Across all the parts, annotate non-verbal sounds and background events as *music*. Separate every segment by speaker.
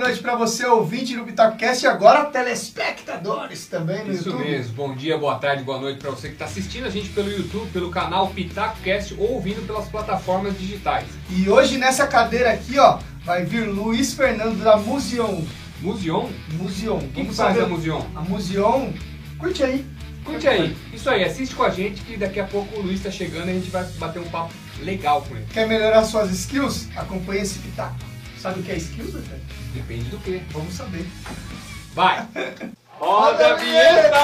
Speaker 1: noite para você, ouvinte do Bitacast e agora telespectadores também no
Speaker 2: Isso
Speaker 1: YouTube.
Speaker 2: mesmo. Bom dia, boa tarde, boa noite para você que está assistindo a gente pelo YouTube, pelo canal PitacoCast ou ouvindo pelas plataformas digitais.
Speaker 1: E hoje nessa cadeira aqui, ó, vai vir Luiz Fernando da Museon.
Speaker 2: Museon?
Speaker 1: Museon. Quem
Speaker 2: Vamos
Speaker 1: sabe
Speaker 2: fazer a Museon.
Speaker 1: a Museon? Curte aí.
Speaker 2: Curte aí. Isso aí, assiste com a gente que daqui a pouco o Luiz está chegando e a gente vai bater um papo legal com ele.
Speaker 1: Quer melhorar suas skills? Acompanhe esse pitaco. Sabe o que é skills, Betânia?
Speaker 2: Depende do que.
Speaker 1: Vamos saber.
Speaker 2: Vai! Roda a vinheta!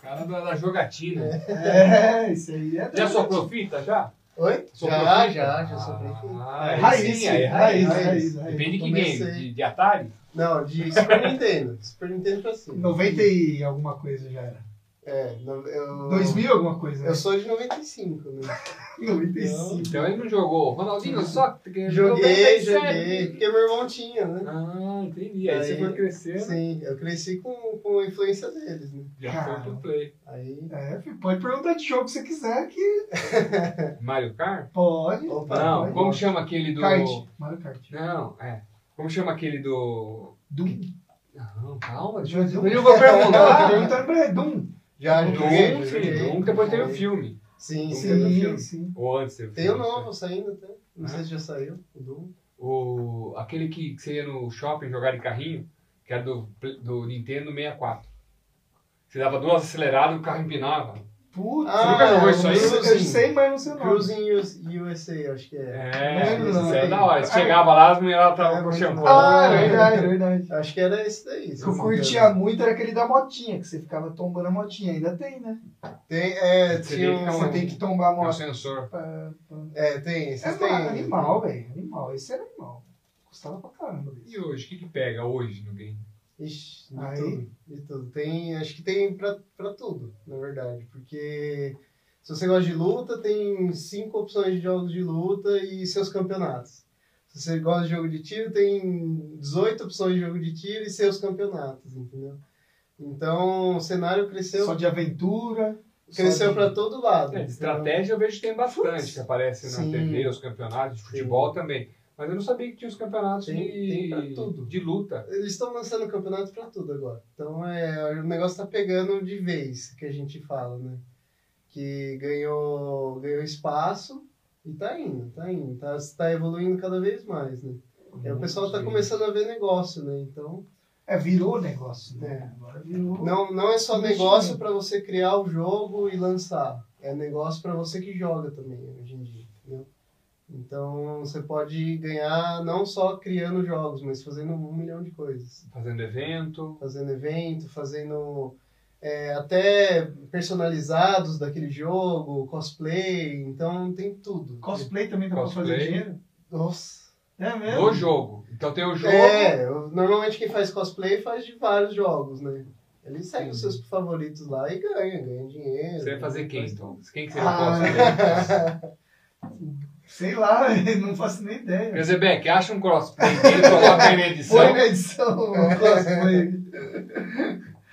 Speaker 2: Cara da da jogatina.
Speaker 1: É, isso aí é.
Speaker 2: Já soprou fita, já?
Speaker 1: Oi?
Speaker 2: Soprou
Speaker 3: Já,
Speaker 2: fita?
Speaker 3: já, já soprei
Speaker 2: Ah,
Speaker 3: fita.
Speaker 2: aí sim, aí é raiz.
Speaker 3: raiz, raiz.
Speaker 2: Depende de que
Speaker 3: Comecei.
Speaker 2: game, de, de Atari?
Speaker 3: Não, de Super Nintendo. Super Nintendo pra cima.
Speaker 1: 90 e alguma coisa já era.
Speaker 3: É, no- eu.
Speaker 1: 2000 alguma coisa. né?
Speaker 3: Eu sou de 95,
Speaker 1: *laughs*
Speaker 3: né?
Speaker 1: um 95.
Speaker 2: Então ele não jogou. Ronaldinho só que-
Speaker 3: Joguei,
Speaker 2: 97.
Speaker 3: joguei. Porque meu irmão tinha, né?
Speaker 2: Ah, entendi. Aí, você
Speaker 3: Aí-
Speaker 2: foi crescendo.
Speaker 3: Sim, eu cresci com, com a influência deles, né?
Speaker 2: Já foi
Speaker 1: Cara.
Speaker 2: pro play.
Speaker 3: Aí.
Speaker 1: É, filho, pode perguntar de jogo que você quiser que
Speaker 2: Mario Kart?
Speaker 1: pode.
Speaker 3: Opa,
Speaker 2: Não,
Speaker 3: foi
Speaker 2: como
Speaker 3: bom.
Speaker 2: chama aquele do.
Speaker 1: Kart. Mario Kart.
Speaker 2: Não, é. Como chama aquele do.
Speaker 1: Doom.
Speaker 2: Não, calma, deixa eu,
Speaker 1: Doom.
Speaker 2: eu vou *laughs*
Speaker 1: Ah, tô
Speaker 2: perguntar.
Speaker 1: perguntando pra ele. Doom.
Speaker 3: Já joguei.
Speaker 2: Doom,
Speaker 3: joguei,
Speaker 2: sim, Doom, depois teve o
Speaker 3: joguei.
Speaker 2: filme.
Speaker 3: Sim,
Speaker 1: é
Speaker 3: sim.
Speaker 2: teve
Speaker 1: Sim, sim.
Speaker 2: Ou antes teve
Speaker 3: Tem o
Speaker 2: filme, não sei.
Speaker 3: novo saindo até. Não sei se já saiu. O Doom.
Speaker 2: O, aquele que, que você ia no shopping jogar de carrinho, que era do, Play- do Nintendo 64. Você dava duas aceleradas e o carro empinava.
Speaker 1: Puta.
Speaker 3: Ah,
Speaker 2: nunca jogou isso aí?
Speaker 1: Eu, eu sei, mas não sei o um nome.
Speaker 3: Cruising US- USA, acho que é.
Speaker 2: É,
Speaker 1: Não,
Speaker 2: isso é
Speaker 1: não.
Speaker 2: da hora. Você chegava lá, as mulheres
Speaker 3: É
Speaker 2: estavam com
Speaker 3: muito
Speaker 2: shampoo.
Speaker 3: bom.
Speaker 1: Ah, é
Speaker 3: é.
Speaker 1: verdade, é verdade.
Speaker 3: Acho que era esse é daí.
Speaker 1: O
Speaker 3: se
Speaker 1: que eu
Speaker 3: não me engano.
Speaker 1: curtia muito era aquele da motinha, que você ficava tombando a motinha. Ainda tem, né?
Speaker 3: Tem, é,
Speaker 2: Você
Speaker 3: tinha
Speaker 2: tem que um
Speaker 3: um-
Speaker 1: Você tem que tombar a
Speaker 2: É um
Speaker 1: moto.
Speaker 2: sensor.
Speaker 1: Pá, pá.
Speaker 3: É, tem, esses
Speaker 1: É
Speaker 3: tem.
Speaker 1: ma- animal, velho. Animal. Esse era animal. Custava pra caramba. velho.
Speaker 2: E hoje, o que, que pega hoje no game?
Speaker 3: Ixi, de
Speaker 1: Aí.
Speaker 3: tudo, de tudo. Tem, acho que tem pra, pra tudo, na verdade. Porque se você gosta de luta, tem cinco opções de jogos de luta e seus campeonatos. Se você gosta de jogo de tiro, tem 18 opções de jogo de tiro e seus campeonatos, entendeu? Então, o cenário cresceu,
Speaker 1: Só de aventura.
Speaker 3: cresceu
Speaker 1: só de-
Speaker 3: pra todo lado.
Speaker 2: É, de
Speaker 3: Então,
Speaker 2: estratégia eu vejo que tem bastante, que aparece na
Speaker 3: Sim.
Speaker 2: TV, os campeonatos, de futebol também. Mas eu não sabia que tinha os campeonatos
Speaker 3: Tem- tem pra
Speaker 2: de,
Speaker 3: tudo.
Speaker 2: de luta.
Speaker 3: Eles estão lançando campeonato pra tudo agora. Então é, o negócio tá pegando de vez, que a gente fala, né? Que ganhou, ganhou espaço e tá indo, tá indo. Tá, tá evoluindo cada vez mais, né? E aí o pessoal tá
Speaker 2: Sim.
Speaker 3: começando a ver negócio, né? Então,
Speaker 1: É, virou negócio, né?
Speaker 3: É.
Speaker 1: Agora virou.
Speaker 3: não, não é só
Speaker 1: Investimento.
Speaker 3: negócio pra você criar o jogo e lançar. É negócio pra você que joga também, hoje em dia, entendeu? Então, você pode ganhar não só criando jogos, mas fazendo um milhão de coisas.
Speaker 2: Fazendo evento.
Speaker 3: fazendo evento, fazendo é, até personalizados daquele jogo, cosplay, então tem tudo.
Speaker 1: Cosplay também dá pra fazer
Speaker 2: Cosplay.
Speaker 1: dinheiro?
Speaker 3: Nossa.
Speaker 1: É mesmo?
Speaker 2: No jogo. Então tem o jogo.
Speaker 3: É, eu- normalmente quem faz cosplay faz de vários jogos, né? Ele segue os seus favoritos lá e ganha, ganha dinheiro.
Speaker 2: Você vai fazer quem,
Speaker 3: Faz-
Speaker 2: então? Quem que você
Speaker 1: Ah.
Speaker 2: aposta? aí?
Speaker 1: Sei lá, *laughs* eu não faço nem ideia.
Speaker 2: Ezebeck, acha um crossplay dele e coloca aí na edição.
Speaker 1: Foi na edição *laughs* É, cosplay.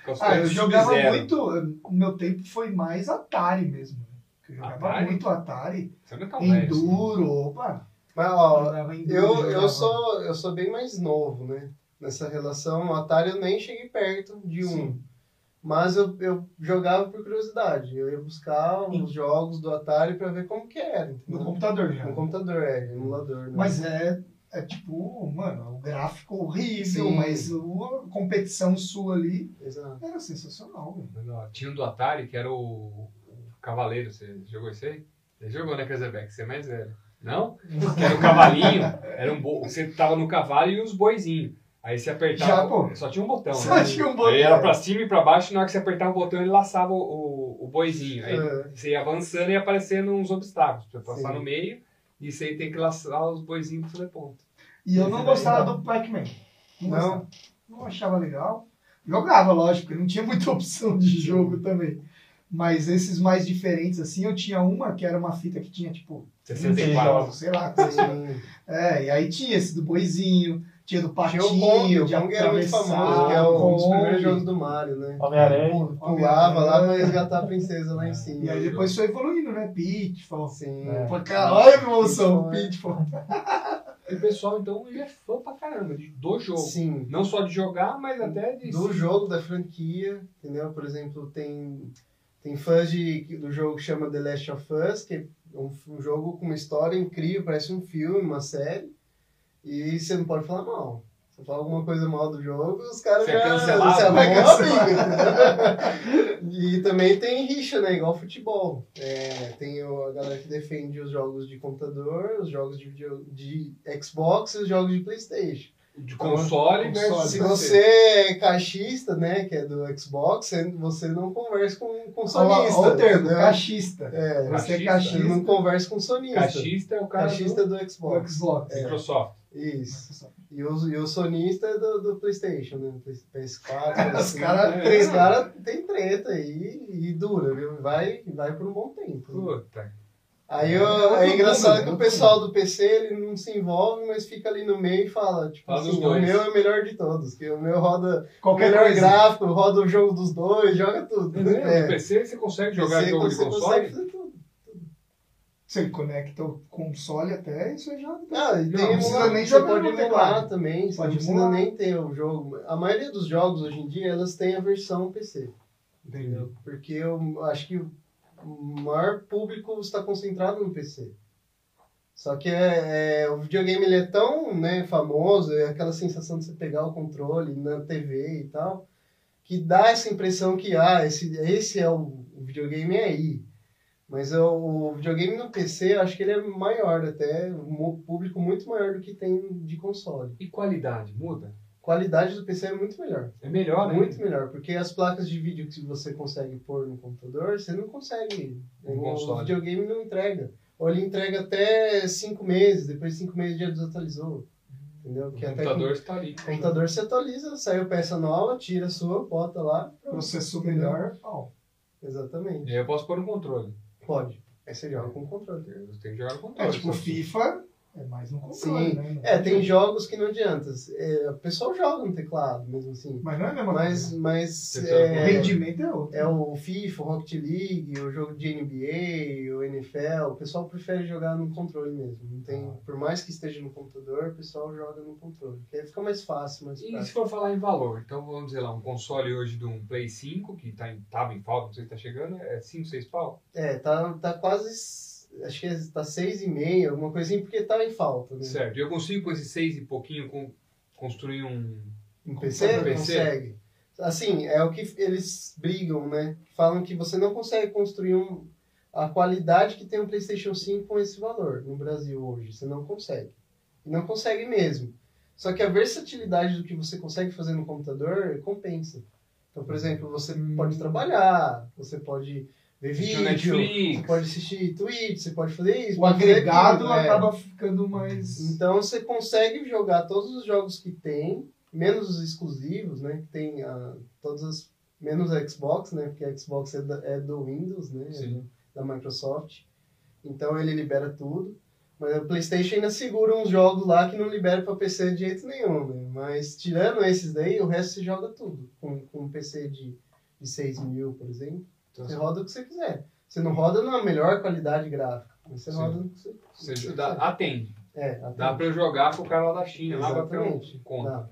Speaker 2: Crossplay
Speaker 1: Ah, eu
Speaker 2: do
Speaker 1: jogava
Speaker 2: Sub-Zero.
Speaker 1: muito. O meu tempo foi mais Atari mesmo. né? Eu jogava
Speaker 2: Atari?
Speaker 1: muito Atari.
Speaker 2: Você não é tão velho.
Speaker 1: Enduro, opa.
Speaker 3: Mas ó,
Speaker 1: jogava enduro,
Speaker 3: eu, eu,
Speaker 1: jogava.
Speaker 3: sou, eu sou bem mais novo, né? Nessa relação, o Atari eu nem cheguei perto de um.
Speaker 1: Sim.
Speaker 3: Mas eu, eu jogava por curiosidade. Eu ia buscar os jogos do Atari pra ver como que era.
Speaker 1: No
Speaker 3: entendeu?
Speaker 1: computador já.
Speaker 3: No computador, é, emulador. Né?
Speaker 1: Mas é, é tipo, mano, o gráfico horrível,
Speaker 3: Sim.
Speaker 1: mas o- a competição sua ali
Speaker 3: Exato.
Speaker 1: era sensacional, velho.
Speaker 2: Mas, ó, Tinha um do Atari que era o, o Cavaleiro. Você jogou isso aí? Você jogou, né, Krezebeck? Você é mais velho. Não? Que era o cavalinho. Era um bo... Você tava no cavalo e os boizinhos. Aí você apertava.
Speaker 1: Já, pô.
Speaker 2: Só tinha um botão.
Speaker 1: Só
Speaker 2: né?
Speaker 1: tinha um botão.
Speaker 2: Aí era pra cima e pra baixo. e Na hora que você apertava o botão, ele laçava o, o, o boizinho. Aí
Speaker 3: É.
Speaker 2: você ia avançando e ia aparecendo uns obstáculos. Pra passar
Speaker 3: Sim.
Speaker 2: no meio. E você tem que laçar os boizinhos pra fazer ponto.
Speaker 1: E eu não
Speaker 3: Esse
Speaker 1: gostava
Speaker 3: daí
Speaker 1: do Pac-Man.
Speaker 3: Não?
Speaker 1: gostava. não achava legal. Jogava, lógico, porque não tinha muita *laughs* opção de jogo também. Mas esses mais diferentes, assim, eu tinha uma que era uma fita que tinha, tipo, 15
Speaker 2: 64.
Speaker 1: jogos, sei lá. quantos
Speaker 3: *laughs*
Speaker 1: jogos. É, e aí tinha esse do boizinho, tinha do
Speaker 3: Tinha
Speaker 1: patinho,
Speaker 3: o Kong, o
Speaker 1: de
Speaker 3: Kong era muito
Speaker 1: atravessar,
Speaker 3: famoso, que é um dos
Speaker 1: Kong.
Speaker 3: primeiros jogos do Mario, né?
Speaker 4: Homem-Aranha.
Speaker 3: Pul- Pulava lá pra resgatar a princesa lá em cima.
Speaker 1: E aí depois foi evoluindo, né? Pitfall.
Speaker 3: Sim.
Speaker 4: É.
Speaker 1: Pô, cara, olha a evolução,
Speaker 3: Pitfall,
Speaker 1: um Pitfall.
Speaker 2: E o pessoal, então, ele é fã pra caramba de- do jogo.
Speaker 3: Sim.
Speaker 2: Não só de jogar, mas até de.
Speaker 3: Do jogo, da franquia, entendeu? Por exemplo, tem, tem fãs de, do jogo que chama The Last of Us, que é um, um jogo com uma história incrível, parece um filme, uma série. E você não pode falar mal. Você fala alguma coisa mal do jogo, os caras
Speaker 2: Você
Speaker 3: já
Speaker 2: é cancelado,
Speaker 3: você vai
Speaker 1: nossa.
Speaker 3: cancelar. *laughs* E também tem rixa, né? Igual futebol. É, tem o- a galera que defende os jogos de computador, os jogos de, video- de Xbox e os jogos de Playstation.
Speaker 2: de console,
Speaker 1: Console.
Speaker 2: versus
Speaker 3: Né, Se
Speaker 2: PC.
Speaker 3: você é caixista, né, que é do Xbox, você- você não conversa com, com Um sonista.
Speaker 1: Olha o termo,
Speaker 3: entendeu?
Speaker 1: caixista.
Speaker 3: É,
Speaker 1: Você é
Speaker 2: Caixista?
Speaker 3: você não
Speaker 1: caixista
Speaker 3: conversa com sonista. Caixista, é.
Speaker 2: Caixista é o cara
Speaker 3: do
Speaker 1: do
Speaker 3: Xbox.
Speaker 1: Xbox.
Speaker 2: do Microsoft.
Speaker 3: Isso. E o, e o sonista é do, do PlayStation, né?
Speaker 1: *laughs*
Speaker 3: PS4.
Speaker 1: Os
Speaker 3: assim.
Speaker 1: caras.
Speaker 3: Três caras tem treta aí e dura, viu? Vai, vai por um bom tempo.
Speaker 2: Puta.
Speaker 3: Aí eu- é engraçado que o pessoal do PC ele não se envolve, mas fica ali no meio e fala, tipo
Speaker 2: Fala dos
Speaker 3: assim, o
Speaker 2: dois.
Speaker 3: meu é o melhor de todos, que o meu roda o
Speaker 1: Qualquer
Speaker 3: melhor
Speaker 1: coisa.
Speaker 3: gráfico, roda o jogo dos dois, joga tudo.
Speaker 2: No PC você consegue jogar
Speaker 3: PC
Speaker 2: jogo de
Speaker 3: você
Speaker 2: console?
Speaker 3: consegue fazer tudo.
Speaker 1: Você conecta o console até, isso já.
Speaker 3: Não, Ah, e
Speaker 2: Não,
Speaker 3: tem
Speaker 2: não
Speaker 1: precisa
Speaker 3: emula-
Speaker 1: nem
Speaker 3: você
Speaker 1: jogar
Speaker 3: pode
Speaker 1: no
Speaker 3: emular
Speaker 1: teclado.
Speaker 3: também, você
Speaker 1: Pode
Speaker 3: não precisa
Speaker 1: emular.
Speaker 3: nem ter o jogo. A maioria dos jogos hoje em dia, elas têm a versão PC.
Speaker 1: Entendeu?
Speaker 3: Porque eu acho que o maior público está concentrado no PC. Só que é, é, o videogame ele é tão né, famoso, é aquela sensação de você pegar o controle na TV e tal, que dá essa impressão que ah, esse, esse é o, o videogame é aí. Mas é o, o videogame no PC, eu acho que ele é maior até, um público muito maior do que tem de console.
Speaker 2: E qualidade? Muda?
Speaker 3: qualidade do PC é muito melhor.
Speaker 2: É melhor, né?
Speaker 3: Muito melhor, porque as placas de vídeo que você consegue pôr no computador, você não consegue.
Speaker 2: No
Speaker 3: o
Speaker 2: console.
Speaker 3: videogame não entrega. Ou ele entrega até cinco meses, depois de cinco meses já desatualizou. Entendeu?
Speaker 2: O
Speaker 3: Porque até
Speaker 2: computador está ali.
Speaker 3: que o computador se atualiza, saiu peça nova, tira a sua, bota lá. pronto.
Speaker 1: Processou melhor. ó.
Speaker 3: Exatamente.
Speaker 2: E aí eu posso pôr no controle.
Speaker 3: Pode. Aí você joga com o controle.
Speaker 2: Eu tenho que jogar no controle.
Speaker 1: É tipo
Speaker 2: só que-
Speaker 1: FIFA, é mais no controle,
Speaker 3: assim. Sim.
Speaker 1: né?
Speaker 3: É, tem jogos que não adianta. É, o pessoal joga no teclado, mesmo assim.
Speaker 1: Mas não é a mesma
Speaker 3: Mas,
Speaker 1: coisa.
Speaker 3: mas
Speaker 2: Você
Speaker 1: O
Speaker 3: é,
Speaker 1: rendimento é outro.
Speaker 3: É o FIFA, o Rocket League, o jogo de NBA, o NFL. O pessoal prefere jogar no controle mesmo. Não tem, por mais que esteja no computador, o pessoal joga no controle. Porque aí fica mais fácil, mais
Speaker 2: E se
Speaker 3: prático.
Speaker 2: for falar em valor, então vamos dizer lá, um console hoje de um Play 5, que tá em, tava em falta, não sei se tá chegando, é 5, 6 pau?
Speaker 3: É, tá, tá quase. Acho que tá 6,5, alguma coisinha, porque tá em falta, né?
Speaker 2: Certo. E eu consigo com esses 6 e pouquinho con- construir um.
Speaker 3: Em PC,
Speaker 2: Computador, PC.
Speaker 3: consegue. Assim, é o que eles brigam, né? Falam que você não consegue construir um, a qualidade que tem um PlayStation 5 com esse valor no Brasil hoje. Você não consegue. E não consegue mesmo. Só que a versatilidade do que você consegue fazer no computador compensa. Então, por exemplo, você
Speaker 1: Hum.
Speaker 3: pode trabalhar, você pode ver
Speaker 2: assistir
Speaker 3: vídeo,
Speaker 2: o
Speaker 3: você
Speaker 2: Netflix.
Speaker 3: pode assistir Twitch, você pode fazer isso.
Speaker 1: O
Speaker 3: pode fazer
Speaker 1: agregado
Speaker 3: aquilo, um é.
Speaker 1: acaba ficando mais.
Speaker 3: Então você consegue jogar todos os jogos que tem, menos os exclusivos, né? Que tem ah, todas as. menos a Xbox, né? Porque a Xbox é, da- é do Windows, né? É
Speaker 2: Sim.
Speaker 3: da Microsoft. Então ele libera tudo. Mas o PlayStation ainda segura uns jogos lá que não libera para PC de jeito nenhum, né? Mas tirando esses daí, o resto você joga tudo. Com, com um PC de, de 6 mil, por exemplo,
Speaker 2: Então,
Speaker 3: você roda o que você quiser. Você não roda na melhor qualidade gráfica, mas você
Speaker 2: Sim.
Speaker 3: roda no que você,
Speaker 2: você dá, atende.
Speaker 3: É, até-
Speaker 2: Dá pra eu jogar com o cara lá da China, lá pra ter um
Speaker 3: Exatamente.
Speaker 2: conta.
Speaker 3: Dá.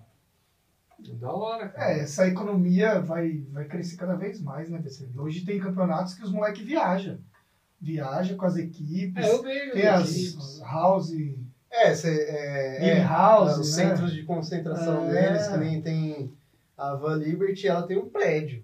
Speaker 2: Da hora, cara.
Speaker 1: É, essa economia vai, vai crescer cada vez mais, né, PC? Hoje tem campeonatos que os moleques viajam. Viaja com as equipes.
Speaker 2: É, eu vejo.
Speaker 1: tem as house,
Speaker 3: É, cê, é, é,
Speaker 1: in-house,
Speaker 3: os
Speaker 1: né?
Speaker 3: centros de concentração
Speaker 1: É.
Speaker 3: deles, que nem tem a Van Liberty, ela tem um prédio,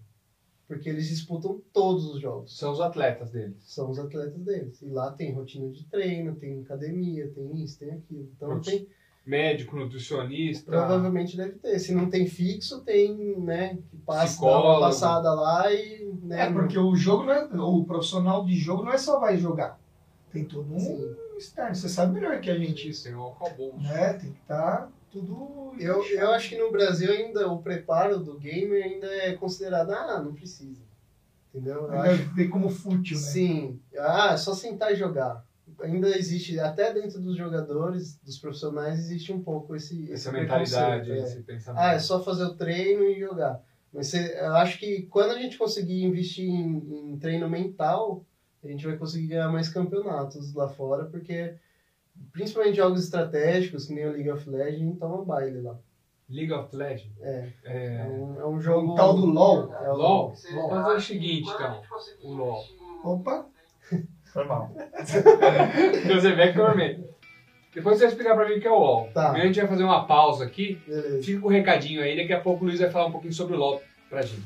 Speaker 3: porque eles disputam todos os jogos,
Speaker 2: São os atletas deles.
Speaker 3: são os atletas deles. E lá tem rotina de treino, tem academia, tem isso, tem aquilo. Então
Speaker 2: Putz. tá.
Speaker 3: tem,
Speaker 2: Médico, nutricionista.
Speaker 3: provavelmente deve ter. Se não tem fixo, tem, né, que passa, dá uma
Speaker 2: Psicólogo.
Speaker 3: passada lá e... Né,
Speaker 1: É, porque o jogo não é, o profissional de jogo não é só vai jogar. Tem todo um
Speaker 3: Sim.
Speaker 1: externo. Você sabe melhor que a gente isso.
Speaker 2: Tem um álcool
Speaker 1: Né? Tem que estar tudo.
Speaker 3: Eu, eu acho que no Brasil ainda o preparo do gamer ainda é considerado, ah, não precisa. Entendeu? Eu acho-
Speaker 1: Ainda tem como fútil, né?
Speaker 3: Sim. Ah, é só sentar e jogar. Ainda existe, até dentro dos jogadores, dos profissionais, existe um pouco esse.
Speaker 2: Essa
Speaker 3: esse
Speaker 2: mentalidade,
Speaker 3: preconceito, é.
Speaker 2: esse pensamento.
Speaker 3: Ah, é só fazer o treino e jogar. Mas cê- eu acho que quando a gente conseguir investir em, em treino mental, a gente vai conseguir ganhar mais campeonatos lá fora, porque principalmente jogos estratégicos, que nem o League of Legends, toma baile lá.
Speaker 2: League of Legends.
Speaker 3: É, é
Speaker 2: É.
Speaker 3: um, é um jogo.
Speaker 1: O tal do LOL.
Speaker 3: É o
Speaker 2: LOL.
Speaker 3: LOL.
Speaker 2: Vamos fazer o seguinte, então. O LOL.
Speaker 1: Opa!
Speaker 4: Foi mal.
Speaker 2: Josebeck também. Depois você vai explicar pra mim o que é o LOL.
Speaker 3: Tá.
Speaker 2: Primeiro a gente vai fazer uma pausa aqui.
Speaker 3: Beleza.
Speaker 2: Fica com o recadinho aí, daqui a pouco o Luiz vai falar um pouquinho sobre o LOL pra gente.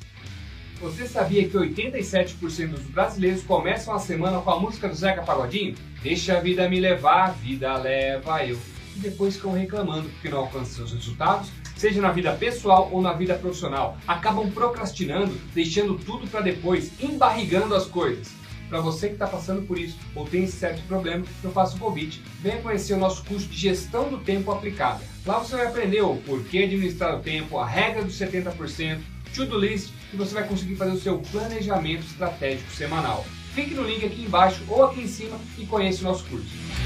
Speaker 2: Você sabia que 87% dos brasileiros começam a semana com a música do Zeca Pagodinho? Deixa a vida me levar, a vida leva eu. E depois ficam reclamando porque não alcançam seus resultados, seja na vida pessoal ou na vida profissional. Acabam procrastinando, deixando tudo pra depois, embarrigando as coisas. Para você que está passando por isso ou tem esse certo problema, eu faço o convite. Venha conhecer o nosso curso de gestão do tempo aplicada. Lá você vai aprender o porquê administrar o tempo, a regra dos 70%, to-do list e você vai conseguir fazer o seu planejamento estratégico semanal. Clique no link aqui embaixo ou aqui em cima e conheça o nosso curso.